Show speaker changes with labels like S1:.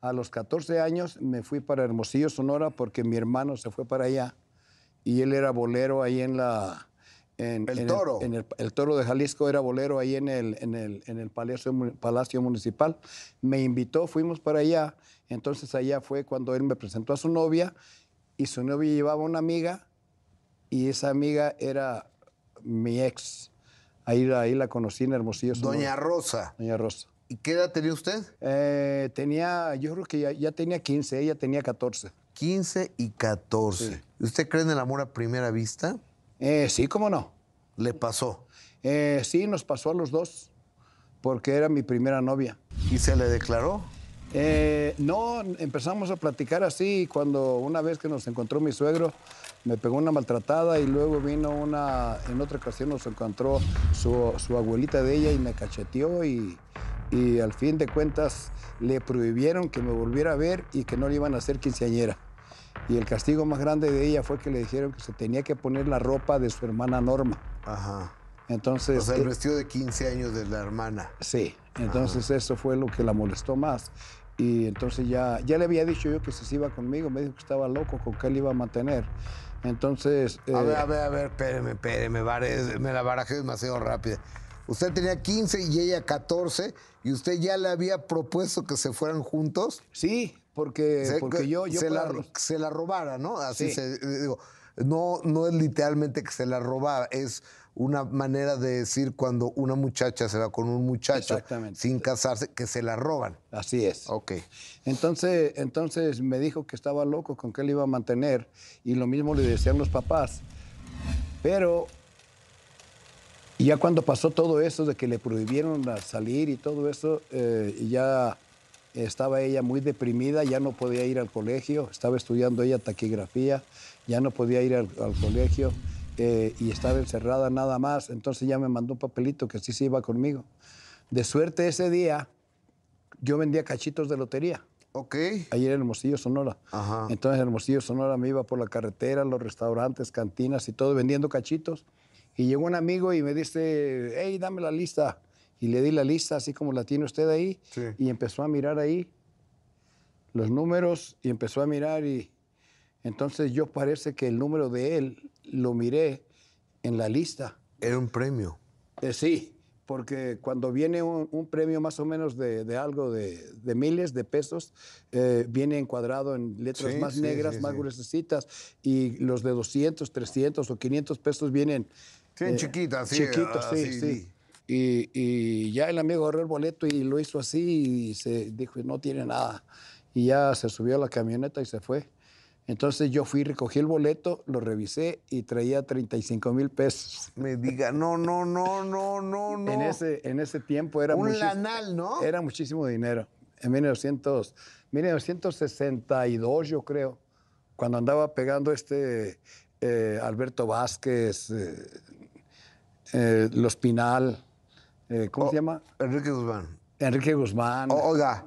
S1: A los 14 años me fui para Hermosillo, Sonora, porque mi hermano se fue para allá y él era bolero ahí en la... En,
S2: El
S1: en
S2: Toro.
S1: en el, el Toro de Jalisco era bolero ahí en el, en el, en el palacio, Mu- Palacio Municipal. Me invitó, fuimos para allá. Entonces allá fue cuando él me presentó a su novia y su novia llevaba una amiga y esa amiga era mi ex. Ahí, la- ahí la conocí en Hermosillo. Sonora.
S2: Doña Rosa.
S1: Doña Rosa.
S2: ¿Y qué edad tenía usted?
S1: Eh, tenía, yo creo que ya, ya tenía 15, ella tenía 14.
S2: 15 y 14.
S1: Sí.
S2: ¿Usted cree en el amor a primera vista?
S1: Eh, sí, cómo no.
S2: Le pasó.
S1: Eh, sí, nos pasó a los dos, porque era mi primera novia.
S2: ¿Y se le declaró?
S1: Eh, no, empezamos a platicar así cuando una vez que nos encontró mi suegro, me pegó una maltratada y luego vino una, en otra ocasión nos encontró su, su abuelita de ella y me cacheteó y, y al fin de cuentas le prohibieron que me volviera a ver y que no le iban a hacer quinceañera. Y el castigo más grande de ella fue que le dijeron que se tenía que poner la ropa de su hermana Norma.
S2: Ajá.
S1: Entonces,
S2: O sea,
S1: eh,
S2: el vestido de 15 años de la hermana.
S1: Sí, entonces eso fue lo que la molestó más. Y entonces ya, ya le había dicho yo que si se iba conmigo, me dijo que estaba loco, con qué le iba a mantener. Entonces,
S2: A
S1: eh,
S2: ver, a ver, a ver, espéreme, espéreme, vare- me la barajé demasiado rápida. Usted tenía 15 y ella 14, y usted ya le había propuesto que se fueran juntos.
S1: sí, porque,
S2: se,
S1: Eh, porque yo... yo
S2: se,
S1: para
S2: la,
S1: los-
S2: se la robara, ¿no? Así
S1: Sí.
S2: se, digo, no, no es literalmente que se la robara, es una manera de decir cuando una muchacha se va con un muchacho
S1: Exactamente.
S2: sin casarse, que se la roban.
S1: Así es.
S2: Ok.
S1: Entonces, entonces me dijo que estaba loco, con qué le iba a mantener. Y lo mismo le decían los papás. Pero ya cuando pasó todo eso de que le prohibieron la- salir y todo eso, eh, ya estaba ella muy deprimida, ya no podía ir al colegio, estaba estudiando ella taquigrafía, ya no podía ir al, al colegio eh, y estaba encerrada nada más. Entonces ya me mandó un papelito que sí se iba conmigo. De suerte ese día yo vendía cachitos de lotería
S2: Ok.
S1: ahí en Hermosillo, Sonora.
S2: Ajá.
S1: Entonces Hermosillo, Sonora me iba por la carretera, los restaurantes, cantinas y todo, vendiendo cachitos. Y llegó un amigo y me dice, hey, dame la lista. Y le di la lista, así como la tiene usted ahí.
S2: Sí.
S1: Y empezó a mirar ahí los números y empezó a mirar y entonces yo parece que el número de él lo miré en la lista.
S2: Era un premio.
S1: Eh, sí, porque cuando viene un, un premio más o menos de, de algo de, de miles de pesos, eh, viene encuadrado en letras
S2: Sí,
S1: más
S2: sí,
S1: negras,
S2: sí,
S1: más
S2: sí.
S1: gruesecitas, y los de 200, 300 o 500 pesos vienen...
S2: Sí, chiquitas, Eh, sí,
S1: Chiquitos, sí,
S2: así.
S1: sí. Y, y ya el amigo agarró el boleto y lo hizo así y se dijo, no tiene nada. Y ya se subió a la camioneta y se fue. Entonces yo fui, recogí el boleto, lo revisé y traía 35 mil pesos.
S2: Me diga, no, no, no, no, no, no.
S1: En ese, en ese tiempo era,
S2: Un
S1: muchis-
S2: lanal, ¿no?
S1: era muchísimo dinero. En 1900, 1962, yo creo, cuando andaba pegando este eh, Alberto Vázquez, eh, eh, Los Pinal, eh, ¿cómo se llama?
S2: Enrique Guzmán.
S1: Enrique Guzmán.
S2: Oh, O- oiga,